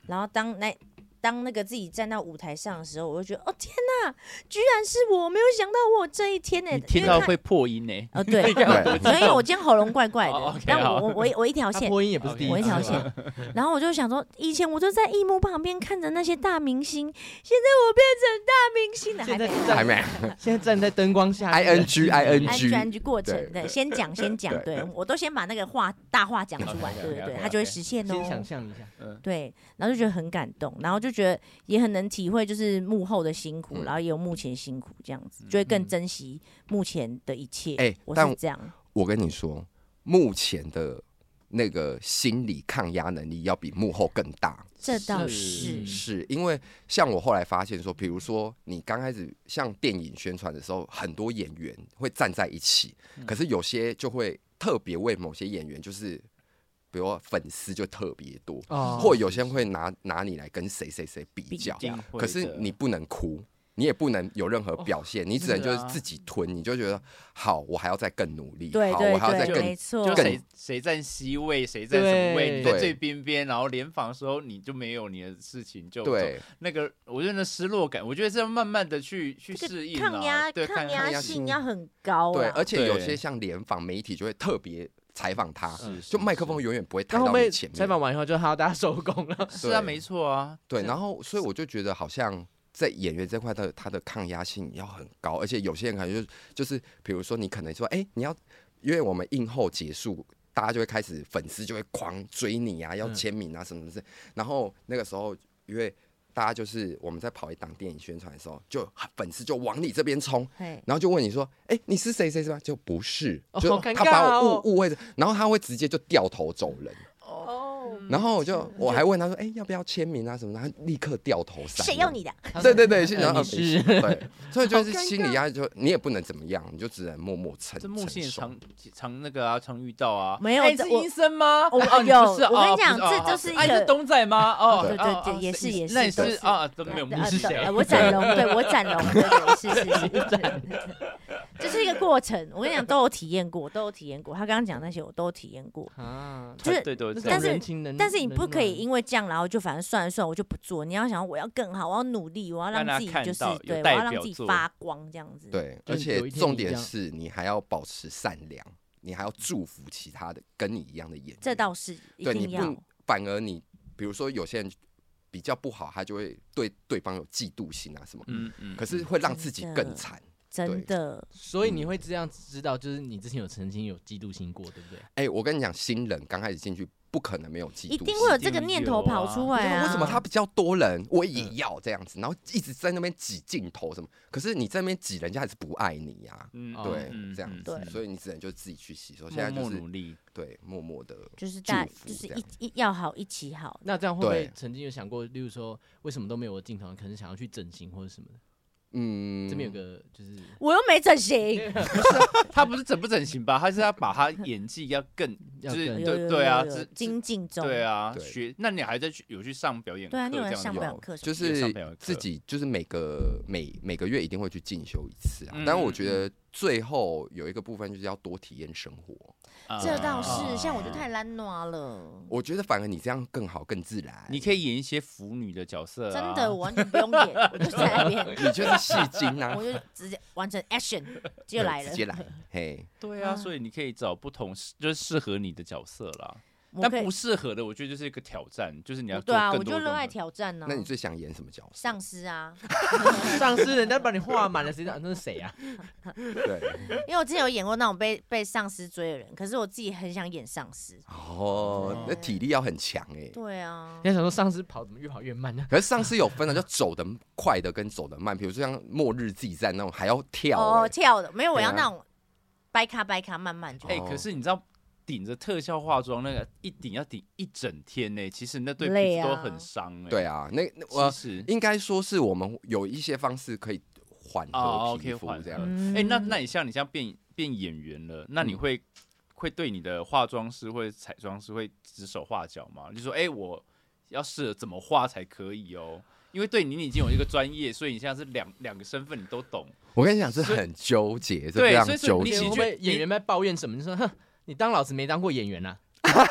S4: 然后当那当那个自己站到舞台上的时候，我就觉得哦天哪，居然是我，没有想到我有这一天呢、
S2: 你
S4: 欸。
S2: 听
S4: 因为
S2: 到
S4: 他
S2: 会破音呢、
S4: 哦对，
S2: 啊
S3: 对
S4: 因为我今天喉咙怪怪
S2: 哦
S4: 的
S2: ，OK，，
S4: 但
S2: 好
S4: 我我我我一条
S1: 他
S4: 线，
S1: 播音也不是第一
S4: 我一
S1: 次啊
S4: 条
S1: 吧，
S4: 线，然后我就想说，以前我都在一幕旁边看着那些大明星，现在我变成大明星了，还
S1: 现在
S4: 没
S1: 是
S3: 还
S1: 在
S3: 没
S1: 现在站在灯光下
S3: I N G I N
S4: 安
S3: G，
S4: 全安居过程，
S3: 对
S4: 对，先讲先讲，
S3: 对
S4: 对我都先把那个话大话讲出来，
S2: OK，OK，OK，OK，
S4: 对对对，
S2: OK，OK
S4: 他就会实现
S1: 先想
S4: 哦。
S1: 象一下，
S4: 对，然后就觉得很感动，然后就觉得也很能体会，就是幕后的辛苦，
S3: 嗯
S4: 然后也有幕前辛苦这样子，就会更珍惜目前的一切。
S3: 哎
S4: 我
S3: 但
S4: 是这样，
S3: 我跟你说，目前的那个心理抗压能力要比幕后更大，
S4: 这倒
S1: 是
S4: 是，
S3: 是因为像我后来发现说，比如说你刚开始像电影宣传的时候，很多演员会站在一起，可是有些就会特别为某些演员，就是比如说粉丝就特别多，
S1: 哦
S3: 或有些人会拿拿你来跟谁谁谁比较，
S2: 一定会
S3: 啊可是
S2: 的
S3: 你不能哭。你也不能有任何表现，你只能就是
S2: 是啊
S3: 自己吞，你就觉得好，我还要再更努力，
S4: 对
S3: 好，
S4: 对
S3: 我还要再
S4: 对，啊
S3: 更
S4: 没错，
S2: 就
S3: 更
S2: 谁谁站 C 位，谁站什么位，
S1: 对
S2: 你在
S3: 对
S2: 最边边，然后联防的时候你就没有你的事情就
S3: 对，
S2: 那个我觉得那失落感，我觉得是要慢慢的去去
S4: 这个
S2: 适应啦
S4: 抗压
S2: 对
S4: 抗
S3: 抗
S4: 压
S3: 压
S4: 性
S3: 性
S4: 要很高
S3: 对，
S4: 啊。
S3: 而且有
S2: 对
S3: 些像联访媒体就会特别采访他
S2: 是，是
S3: 就麦克风永远不会抬
S1: 然后
S3: 到
S1: 后面
S3: 你前面。
S1: 采访完以后就好，大家收工了。
S2: 是啊，
S3: 对
S2: 没错啊，
S3: 对，然后所以我就觉得好像在演员这块的他的抗压性要很高，而且有些人可能就就是比如说你可能说，哎、你要因为我们映后结束。大家就会开始，粉丝就会狂追你啊，要
S1: 嗯
S3: 签名啊，什么什么之类。然后那个时候，因为大家就是我们在跑一档电影宣传的时候，就粉丝就往你这边冲，
S4: 嘿
S3: 然后就问你说：“哎、你是谁谁谁吧？”就不是，
S1: 哦
S3: 就
S1: 好尴
S3: 他把
S1: 尬哦
S3: 我误误会，然后他会直接就掉头走人。
S4: 哦，
S3: 然后我就我还问他说：“哎、要不要签名啊什么的？”他立刻掉头闪。
S4: 谁要？你的？
S2: 哎
S3: 对对对，是
S1: 呃
S3: 然后
S1: 你是
S3: 啊 对，所以就是
S4: 好尴尬
S3: 心理压力，就你也不能怎么样，你就只能默默承
S2: 这木星也
S3: 承
S2: 常
S3: 受
S2: 常那个啊，常遇到啊。
S4: 没有
S2: 哎你
S4: 这
S2: 是
S4: 我
S2: 医生吗？
S4: 我
S2: 哦，你
S4: 有
S2: 不是啊
S4: 我跟
S2: 哦
S4: 你讲
S2: 不是
S4: 这
S2: 哦
S4: 就是一
S2: 哎
S4: 个
S2: 是东仔吗？哦，
S4: 对对
S2: 哦
S4: 对
S2: 哦
S4: 也是也是
S2: 那你
S4: 都
S2: 是
S4: 是
S2: 啊，都没有木
S4: 呃
S2: 星
S4: 对
S2: 谁
S4: 呃我展龙，对我展龙，对对 是是是，这是一个过程。我跟你讲，都有体验过，都有体验过。他刚刚讲那些我都有体验过，
S1: 啊，
S4: 就是
S2: 对对
S1: 那
S2: 对，
S1: 种
S4: 但是
S1: 人情
S3: 嗯
S1: 冷
S4: 但是你不可以
S1: 冷暖
S4: 因为这样，然后就反正算了算了，我就不做。你要想我要更好，我要努力，我要
S2: 让
S4: 让
S2: 他
S4: 自己
S2: 看
S4: 就是
S2: 到有
S4: 对，我
S2: 代
S4: 要让
S2: 表
S4: 自己
S2: 作
S4: 发光这样子。，
S3: 对，
S1: 就
S3: 而
S1: 是有
S3: 且
S1: 一天
S3: 重
S1: 你这
S3: 点
S1: 样
S3: 是你还要保持善良，你还要祝福其他的跟你一样的演员。
S4: 这倒是一
S3: 对你
S4: 定
S3: 不
S4: 要
S3: 能。反而你比如说有些人比较不好，他就会对对方有嫉妒心啊什么，
S2: 嗯嗯，
S3: 可是会让自己
S4: 真的
S3: 更惨。
S4: 真的，
S1: 所以你会这样知道，就是你之前有曾经有嫉妒心过，对不对？
S3: 哎、我跟你讲，新人刚开始进去不可能没有嫉妒心，
S4: 一定会有这
S2: 一
S4: 个
S2: 定
S4: 念
S2: 有
S4: 头
S2: 啊
S4: 跑出来
S3: 对
S4: 啊！
S3: 为什么他比较多
S2: 嗯
S3: 人，我也要这样子，然后一直在那边挤镜头什么？可是你在那边挤，人家还是不爱你呀、
S2: 嗯
S1: 哦
S3: 对，
S2: 嗯
S3: 这样
S2: 嗯
S3: 子，
S2: 嗯
S3: 所以你只能就自己去吸收。现
S2: 默
S3: 在就
S2: 默
S3: 是
S2: 努力，
S3: 对默默的，
S4: 就是大
S3: 祝福
S4: 就是
S3: 这样
S4: 一一要好一起好，
S1: 那这样会不会
S3: 对
S1: 曾经有想过，例如说为什么都没有我镜头，可能想要去整形或者什么的？
S3: 嗯，
S1: 这边有个就是
S4: 我又没整形。
S2: 他不是整不整形吧？他是要把他演技要更，就
S1: 要
S2: 是
S1: 更
S2: 对
S4: 有有
S2: 对
S4: 有
S2: 啊，
S4: 有
S2: 这
S4: 精进中，
S2: 对啊，
S3: 对
S2: 学那你还在去有去上表演课这
S4: 对啊
S2: 样
S4: 你
S2: 子
S4: 有
S2: 吗？
S4: 在上表演
S3: 有
S4: 课什
S3: 就
S4: 么
S2: 也上
S3: 是
S2: 表演课
S3: 自己就是每个每每个月一定会去进修一次啊
S2: 嗯。
S3: 但我觉得最后有一个部分就是要多体验生活。
S2: 啊
S4: 这倒是，
S2: 啊
S4: 像我就太懒惰了。
S3: 我觉得反而你这样更好更自然，
S2: 你可以演一些腐女的角色啊，
S4: 真的，我完全不 用演，我就在那边，
S3: 你就是戏精啊
S4: 我，就直接完成 action 就来
S3: 对
S4: 了。
S3: 直接来，嘿，
S2: 对啊，
S4: 啊
S2: 所以你可以找不同就是适合你的角色啦。
S4: 我
S2: 但
S4: 可以
S2: 不，适合的，我觉得就是一个挑战，就是你要
S4: 我
S2: 做
S4: 对啊，
S2: 更
S4: 我
S2: 多
S4: 就热
S2: 功
S4: 爱
S2: 课
S4: 挑战呢
S3: 那。你最想演什么角色？
S4: 嗯上司啊，
S1: 上司人家把你画满了，谁知道那是谁啊？
S3: 对，
S4: 因为我之前有演过那种被被上司追的人，可是我自己很想演上司。
S3: 哦，那
S4: 对
S3: 体力要很强哎。
S4: 对啊
S1: 人，家想说上司跑怎么越跑越慢呢？
S3: 可是上次有分啊的，就走的快的跟走的慢，比如说像末日自己战那种，还要跳
S4: 哦
S3: 欸，
S4: 跳的没有，我要
S3: 对啊
S4: 那种掰卡掰卡慢慢就
S2: 哎、
S3: 哦
S2: 可是你知道顶着特效化妆那个一顶要顶一整天呢、其实那对
S4: 累
S2: 皮肤都
S4: 啊
S2: 很伤哎、
S3: 对啊，那那
S2: 其
S3: 我
S2: 实
S3: 应该说是我们有一些方式可以缓
S2: 哦
S3: 和
S2: ，OK，
S3: 皮肤
S2: 缓
S3: 这
S2: 和
S3: 样。
S4: 嗯
S2: 哎、那那你像你像变变演员了，那你会、会对你的化妆师或者彩妆师会指手画脚吗？就说哎、我要试着怎么画才可以哦。因为对你你已经有一个专业，所以你现在是两两个身份你都懂，
S3: 我跟你讲，是很纠结，是
S2: 对
S3: 非常
S2: 所以是
S3: 纠
S1: 会
S2: 你
S3: 结
S2: 喜
S1: 不
S2: 剧
S1: 会演员在抱怨什么？你说哼，你当老师没当过演员啊？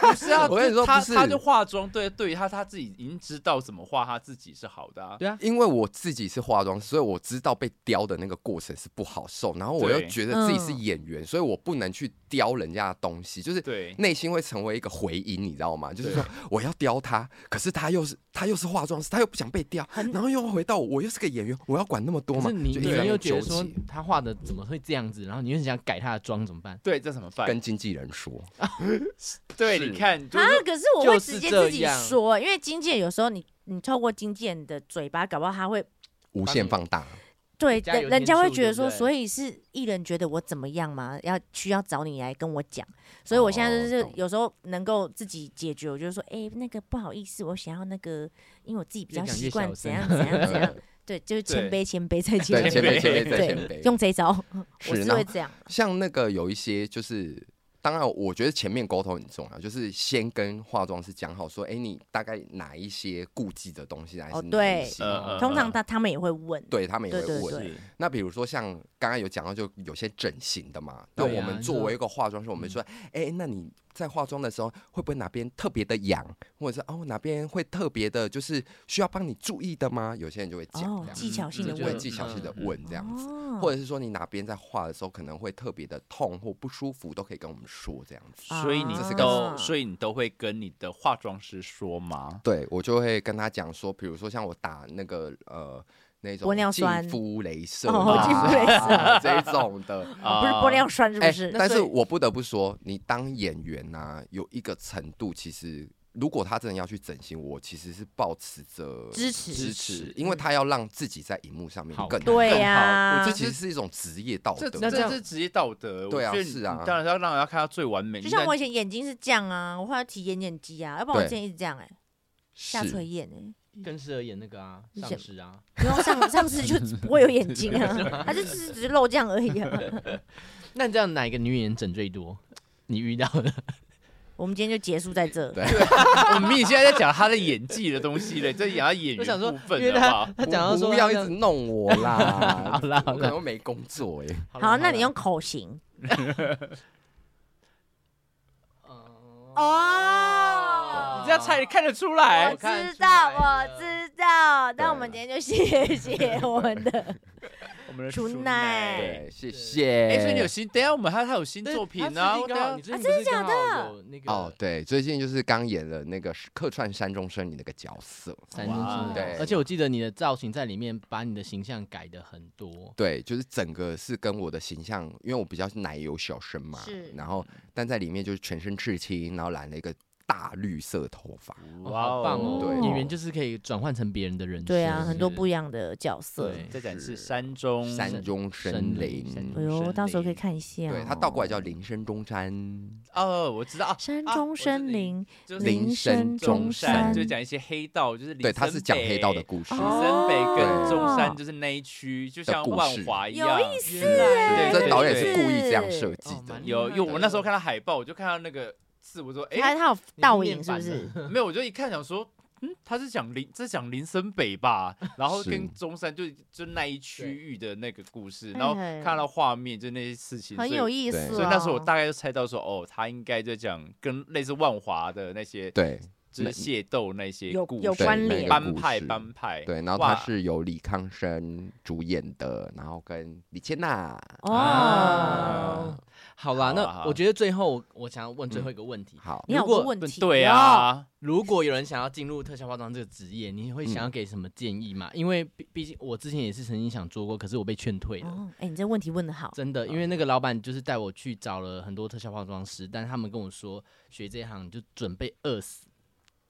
S2: 不是 啊，
S3: 我跟你说
S2: 他
S3: 不是
S2: 他就化妆，对，对于他他自己已经知道怎么画，他自己是好的啊。
S1: 对啊，
S3: 因为我自己是化妆师，所以我知道被雕的那个过程是不好受，然后我又
S2: 对
S3: 觉得自己是演员，所以我不能去雕人家的东西，就是
S2: 对
S3: 内心会成为一个回音，你知道吗？就是
S2: 对
S3: 说我要雕他，可是他又是他又是化妆师，他又不想被雕，然后又回到我，我又是个演员，我要管那么多
S1: 可
S3: 吗？
S1: 是你
S3: 就一
S1: 你
S3: 直在
S1: 们
S3: 那
S1: 又
S3: 边
S1: 觉
S3: 纠
S1: 得说
S3: 结。
S1: 他画的怎么会这样子，然后你又很想改他的妆怎么办？
S2: 对，这怎么办
S3: 跟？经纪人说，
S2: 对，
S3: 是
S2: 你看，就
S4: 啊
S2: 是，
S4: 可是我会
S1: 就是
S4: 直接
S1: 这
S4: 自己
S1: 样
S4: 说，因为经纪人有时候你你透过经纪人的嘴巴，搞不好他会
S3: 无
S1: 啊
S3: 限放 大，
S4: 对
S1: 加
S4: 人
S1: 油
S4: 人
S1: 添
S4: 家会
S1: 醋
S4: 觉
S1: 对
S4: 得
S1: 不
S4: 说，
S1: 对
S4: 所以是艺人觉得我怎么样嘛，要需要找你来跟我讲。所以我现在就
S3: 哦
S4: 是
S3: 懂
S4: 有时候能够自己解决，我就说，哎、那个不好意思，我想要那个，因为我自己比
S1: 越
S4: 较
S1: 讲
S4: 习
S1: 越
S4: 惯
S1: 小声
S4: 怎样怎样 怎样
S3: 呃。
S4: 对，就是谦
S2: 对
S4: 卑，谦卑再谦
S3: 对，
S4: 卑，
S3: 前辈前辈 再前
S4: 对
S3: 辈，，
S4: 用这一招， 我
S3: 是
S4: 是
S3: 然后
S4: 会这样。
S3: 像那个有一些就是，当然我觉得前面沟通很重要，就是先跟化妆师讲好说，哎、你大概哪一些顾忌的东西，还
S4: 哦
S3: 是哪
S4: 对
S3: 一些？
S2: 呃
S4: 通常
S2: 呃
S4: 他他们也会问，
S3: 嗯对他们也会
S4: 对
S3: 问。
S4: 对
S2: 是
S3: 那比如说像刚刚有讲到，就有些整形的嘛。那
S1: 对
S3: 我
S1: 啊
S3: 们
S1: 你
S3: 作
S1: 说
S3: 为一个化妆师，我们说，
S4: 嗯
S3: 哎、那你在化妆的时候会不会哪边特别的痒，或者是哦哪边会特别的，就是需要帮你注意的吗？有些人就会讲
S4: 哦
S3: 这，样
S4: 技巧性
S3: 子，
S4: 的
S1: 嗯
S3: 就会
S4: 问，
S3: 技巧性的
S2: 嗯
S3: 问这样子。
S4: 哦
S3: 或者是说你哪边在画的时候可能会特别的痛或不舒服，都可以跟我们说这样子。
S2: 所以你
S4: 这是个
S2: 都，所以你都会跟你的化妆师说吗？
S3: 对我就会跟他讲说，比如说像我打那个呃那种
S4: 玻尿
S3: 净
S4: 酸
S3: 肤镭射
S4: 哦
S3: 嘛
S2: 净肤
S4: 镭射
S3: 啊 这种的。
S4: 哦不是
S2: 啊
S4: 玻尿酸是不
S3: 哎
S4: 是？
S3: 但是我不得不说，你当演员呐、有一个程度，其实如果他真的要去整形，我其实是抱持着
S4: 支持嗯
S3: 支持，嗯因为他要让自己在荧幕上面
S1: 好
S3: 更
S1: 看
S4: 对
S3: 更好
S4: 呀
S3: 这，其实是一种职业道
S2: 这
S3: 德。
S1: 那
S2: 这
S1: 这样
S2: 这是职业道德，我
S3: 对啊
S2: 觉得
S3: 是啊
S2: 你当然要让人家看到最完美。
S4: 就
S2: 你
S4: 像
S2: 在
S4: 我以前眼睛是这样啊，我后来提眼睑肌啊，要不然我
S3: 对
S4: 之前一直这样哎、下垂
S3: 是
S4: 眼哎、
S1: 更适合演那个啊，
S4: 你
S1: 丧
S4: 想
S1: 尸啊，
S4: 欸，然后上上次就不会有眼睛啊，它就只是只是露这样而已啊。
S1: 那你这样哪一个女演员整最多？你遇到的
S4: 我们今天就结束在这，
S3: 对
S2: 我们明现在在讲他的演技的东西嘞，在讲他演
S1: 我想
S2: 员
S1: 说
S2: 部分，
S1: 因为
S2: 好不好？
S1: 他讲到
S3: 不
S1: 说
S3: 不
S1: 他
S3: 要一
S1: 这样
S3: 直弄我 啦，
S1: 好啦好
S3: 我可
S1: 啦
S3: 能没工作哎、
S1: 好啦
S4: 好，那
S1: 啦
S4: 你用口型
S1: 哦
S4: 哦
S2: 你这样差点看得出来
S4: 我
S1: 哎我，看
S4: 知
S1: 出
S4: 道，
S1: 来
S4: 我
S1: 了
S4: 知道。
S3: 对
S4: 那我们今天就谢谢我们的，
S2: 我们的
S4: 出
S2: 出
S4: 奈
S3: 对，谢
S1: 对
S3: 谢。
S2: 哎，所以你有新，等一下我们还他有新作品呢，
S1: 啊
S2: 我等一下
S1: 真
S4: 啊
S1: 的假的？那个
S3: 哦，对，最近就是刚演了那个客串山中生里那个角色，
S1: 三中
S2: 哇
S1: 生
S3: 对
S1: 哦而且我记得你的造型在里面把你的形象改的很多，
S3: 对，就是整个是跟我的形象，因为我比较是奶油小生嘛
S4: 是，
S3: 然后但在里面就是全身刺青，然后染了一个大绿色头发，
S1: 哦好棒哦！
S3: 对
S1: 演员就是可以转换成别人的人生，
S4: 对啊，很多不一
S1: 一
S4: 样的角色。
S1: 对
S2: 在展示山中
S3: 山中
S1: 森
S3: 生
S1: 林
S3: 林
S4: 哎，呦，到时候可以看一下、哦。
S3: 对，它倒过来叫林深中山，
S2: 哦，我知道，啊
S4: 山
S2: 啊
S4: 中
S2: 我知
S4: 森
S2: 林
S4: 林，
S2: 就是
S3: 林
S4: 深中
S3: 深中
S4: 山
S3: 山
S2: 就讲一些黑道，就是林
S3: 对，它是讲黑道的
S2: 森
S3: 故事
S2: 北。
S4: 哦
S2: 林森北跟中
S4: 哦
S2: 山就是那一区，就像
S3: 的故
S2: 万
S3: 事
S2: 华一
S4: 有
S2: 样，
S4: 意
S1: 思
S2: 对
S1: 哎
S3: 这
S2: 对
S3: 导
S2: 对
S3: 演是故意这样设计
S1: 哦
S3: 的
S1: 蛮，
S2: 有有，我那时候看到海报，我就看到那个字，我说
S4: 它
S2: 哎，
S4: 它有
S1: 你
S4: 倒
S1: 是
S4: 影
S1: 面
S4: 是不
S1: 板的
S4: 是？
S2: 没有，我就一看想说。嗯，他是讲林，这是讲林森北 吧，然后
S3: 是
S2: 跟中山就就那一区域的那个故事，
S4: 哎
S2: 然后看到画面就那些事情，
S4: 很
S2: 所以
S4: 有意思、哦
S3: 对
S2: 所以那时候我大概就猜到说，哦，他应该在讲跟类似万华的那些，
S3: 对
S2: 就是械斗那些
S4: 有
S2: 故
S4: 有
S2: 事
S3: 对
S4: 关
S3: 那个
S4: 联
S2: 帮派
S3: 故事
S2: 帮派，
S3: 对，然后
S2: 哇
S3: 它是由李康生主演的，然后跟李千娜，
S4: 哦
S2: 啊。
S1: 好嗯啦，
S2: 好啊好
S1: 那
S2: 啊
S1: 我觉得最后我想要问最后一个问题：
S3: 好，
S4: 你有
S1: 如果
S4: 个问题，哦
S2: 对，啊，
S1: 如果有人想要进入特效化妆这个职业，你会想要给什么建议
S4: 嗯
S1: 吗？因为毕毕竟我之前也是曾经想做过，可是我被劝退了。
S4: 哦，哎、你这问题问的好，
S1: 真的，因为那个老板就是带我去找了很多特效化妆师，但他们跟我说学这一行就准备饿死，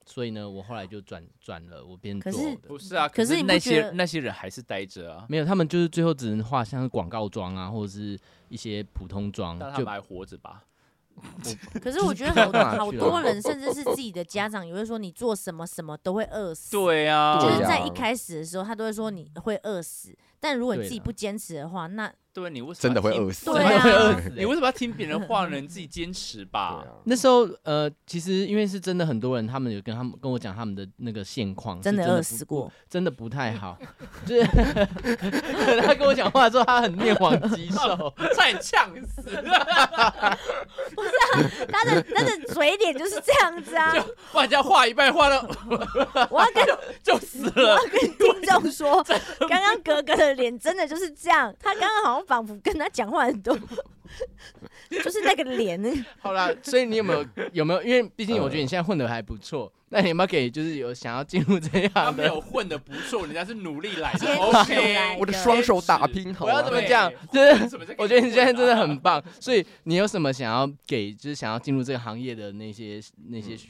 S1: 所以呢，我后来就转转了，我边
S4: 可
S1: 做
S4: 是
S1: 的
S2: 不是啊，
S4: 可是你不
S2: 那
S4: 觉
S2: 些
S4: 得
S2: 那些人还是待着
S3: 嗯
S2: 啊，
S1: 没有，他们就是最后只能画像是广告妆啊，或者是一些普通妆
S2: 但，他
S1: 就
S2: 们还活着吧？
S4: 可是我觉得
S1: 就是
S4: 好
S1: 不知道干嘛
S4: 好
S1: 去
S4: 多
S1: 了
S4: 人，甚至是自己的家长，也会说你做什么什么都会饿死。。
S2: 对啊，
S4: 就是
S3: 对啊
S4: 在一开始的时候，他都会说你会饿死，但如果你
S1: 对
S4: 自己
S1: 啦
S4: 不坚持的话，那
S2: 对你为什
S3: 真
S2: 么
S3: 的
S2: 要
S3: 会
S2: 听
S3: 饿死。
S4: 对
S1: 真的会饿
S4: 啊，
S1: 死欸
S2: 你为什么要听别人话呢？你自己坚持吧。
S3: 啊
S1: 那时候，呃，其实因为是真的很多人，他们有跟他们跟我讲他们的那个现况，是
S4: 真的
S1: 的
S4: 饿
S1: 不
S4: 死，过。
S1: 真的不太好。就是 他跟我讲话的时候，他很面黄
S3: 啊
S1: 肌瘦，
S2: 差点呛死！
S4: 他的他的嘴嘴脸就是这样子啊！
S2: 画家画一半画到
S4: 我要跟
S2: 就死
S4: 我要
S2: 了，
S4: 跟听众说，刚刚格格的脸真的就是这样，他刚刚好像仿佛跟他讲话很多， 就是那个 脸，
S1: 好啦，所以你有没有有没有？因为毕竟我觉得你现在混的还不错，那你有没有给就是有想要进入这一
S2: 他
S1: 行
S2: 没
S1: 的？
S2: 有混的不错，人家是努力来的
S4: 坚持来
S2: ，OK，
S3: 我的双手打啊
S2: 坚持
S3: 拼，好
S1: 我要
S3: 吗啊
S1: 怎么讲？就是
S2: 啊
S1: 我觉得你现在真的很棒，所以你有什么想要给就是想要进入这个行业的那些那些学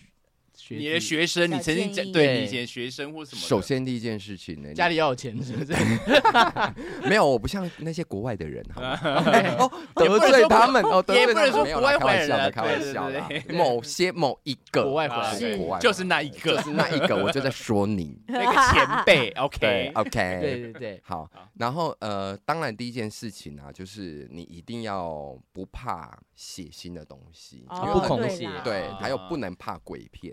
S1: 学
S2: 你的
S1: 弟
S2: 学生，
S4: 小
S2: 你曾经
S4: 建
S2: 讲
S4: 议
S2: 对你以前学生或什么的，
S3: 首先第一件事情呢，
S1: 家里要有钱是不是？
S3: 没有，我不像那些国外的人，好吗？
S2: 啊
S3: 哦，得罪他们哦，得
S2: 也
S3: 罪
S2: 不
S3: 他
S2: 能
S3: 们
S2: 说
S3: 没有
S2: 国
S3: 啦，
S2: 外
S3: 开
S2: 坏
S3: 玩
S2: 人
S3: 笑
S2: 啊
S3: 的，开玩
S2: 对
S3: 笑的
S2: 对。对
S3: 某些某一个啊
S1: 国外回来
S4: 是
S3: 国外
S2: 就是那一
S3: 就
S2: 个
S3: 是那一个，我就在说你。
S2: 那个前 辈
S3: 对
S2: ，OK，
S3: ，OK，
S1: 对对对，
S3: 好
S2: 好，
S3: 然后呃，当然第一件事情啊，就是你一定要不怕血腥的东西，
S4: 哦
S3: 因为
S1: 不
S3: 很
S1: 恐
S4: 对
S1: 血
S4: 啦
S3: 对，还有
S2: 啊
S3: 不能怕鬼片，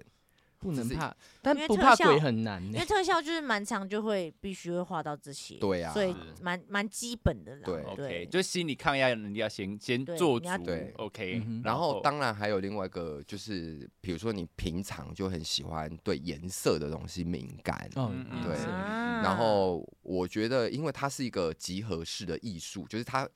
S1: 不能
S3: 只是
S1: 怕，但
S4: 因为
S1: 不
S4: 特
S1: 怕
S4: 效
S1: 鬼很难
S4: 因
S1: 呢
S4: 为。特效就是蛮长，就会必须会画到这些，
S3: 对啊
S4: 所以
S2: 是
S4: 蛮蛮基本的啦。
S3: 对
S2: OK，就是心理抗压能力要先先
S4: 对
S2: 做
S4: 你要
S2: 足
S3: 对
S2: ，OK，
S1: 嗯哼
S3: 然后当然还有另外一个，就是比如说你平常就很喜欢对颜色的东西敏感，
S1: 哦
S2: 嗯，
S1: 也
S3: 对
S1: 是
S4: 啊
S3: 然后我觉得，因为它是一个集合式的艺术，就是它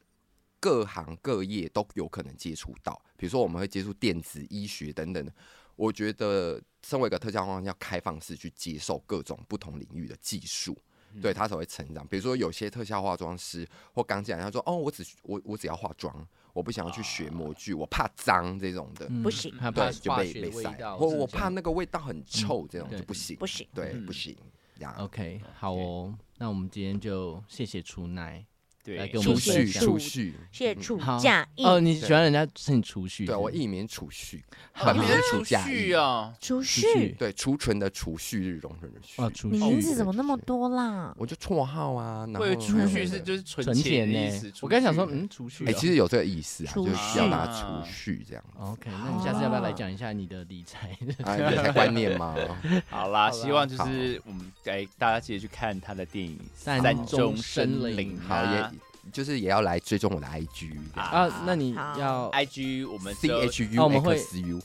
S3: 各行各业都有可能接触到。比如说，我们会接触电子医学等等的。我觉得，身为一个特教方要开放式去接受各种不同领域的技术，
S1: 嗯
S3: 对他才会成长。比如说，有些特效化妆师或刚进来，他说：“哦，我只我我只要化妆，我不想要去学模具，我怕脏这种的。
S1: 啊嗯
S4: 不行
S1: 害怕
S3: 对，就
S1: 化
S3: 被
S1: 学的
S3: 被
S1: 味
S3: 晒，
S1: 道，
S3: 或
S1: 是
S3: 我
S1: 这样
S3: 怕那个味道很臭，这种
S1: 对
S3: 就不行，
S4: 不行，
S3: 对，
S2: 嗯
S3: 不行。这样
S1: OK，好哦，那我们今天就谢谢出奶。来
S2: 对
S1: 给我
S3: 储
S1: 们
S3: 蓄，
S1: 分享
S3: 储蓄，
S4: 谢处
S1: 好
S4: 假意
S1: 哦，你喜欢人家是你储蓄？
S3: 嗯对啊
S1: 是不
S3: 我
S1: 是
S3: 艺名储蓄，
S1: 好
S3: 本名是
S2: 储
S3: 储假
S2: 蓄啊，
S4: 储
S1: 储蓄
S4: 蓄，
S3: 对，储存的储蓄日容忍的蓄
S1: 哦，，储
S4: 你
S1: 蓄
S4: 名字怎么那么多 啦？
S3: 我就绰号啊，然后
S2: 会储蓄是就是
S1: 存
S2: 存
S1: 钱
S2: 钱的意思
S1: 呢？。我刚才想说，
S2: 储蓄，
S1: 嗯，储蓄哦。
S3: 哎，其实有这个意思啊，
S4: 储
S3: 就是
S2: 蓄
S3: 要拿储蓄 这样，
S1: 哦 OK，那你下次要不要来讲一下你的理财？
S3: 啊，理财观念 嘛，
S2: 嗯 好啦，
S1: 啦
S2: 希望就是我们哎，大家记得去看他的电影《
S1: 三
S2: 中啊
S1: 中
S2: 生
S1: 生
S2: 灵
S1: 灵》
S3: 好，也就是也要来追踪我的 IG 这样
S1: 啊，那你
S4: 好
S1: 要
S2: IG 我们
S3: C
S2: 就
S3: H
S1: 哦
S3: U
S1: 我们会
S3: X U，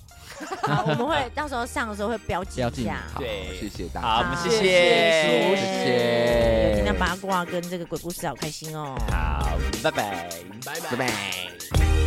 S4: 好，我们会到时候上的时候会标记
S1: 标
S4: 一
S1: 记
S4: 下。
S3: 好，
S2: 对
S3: 谢谢大
S2: 好，我
S3: 家，
S2: 们谢
S1: 谢谢，
S2: 谢
S3: 谢谢，
S4: 今天八卦跟这个鬼故事好开心哦。
S2: 好，拜拜，
S3: 拜拜。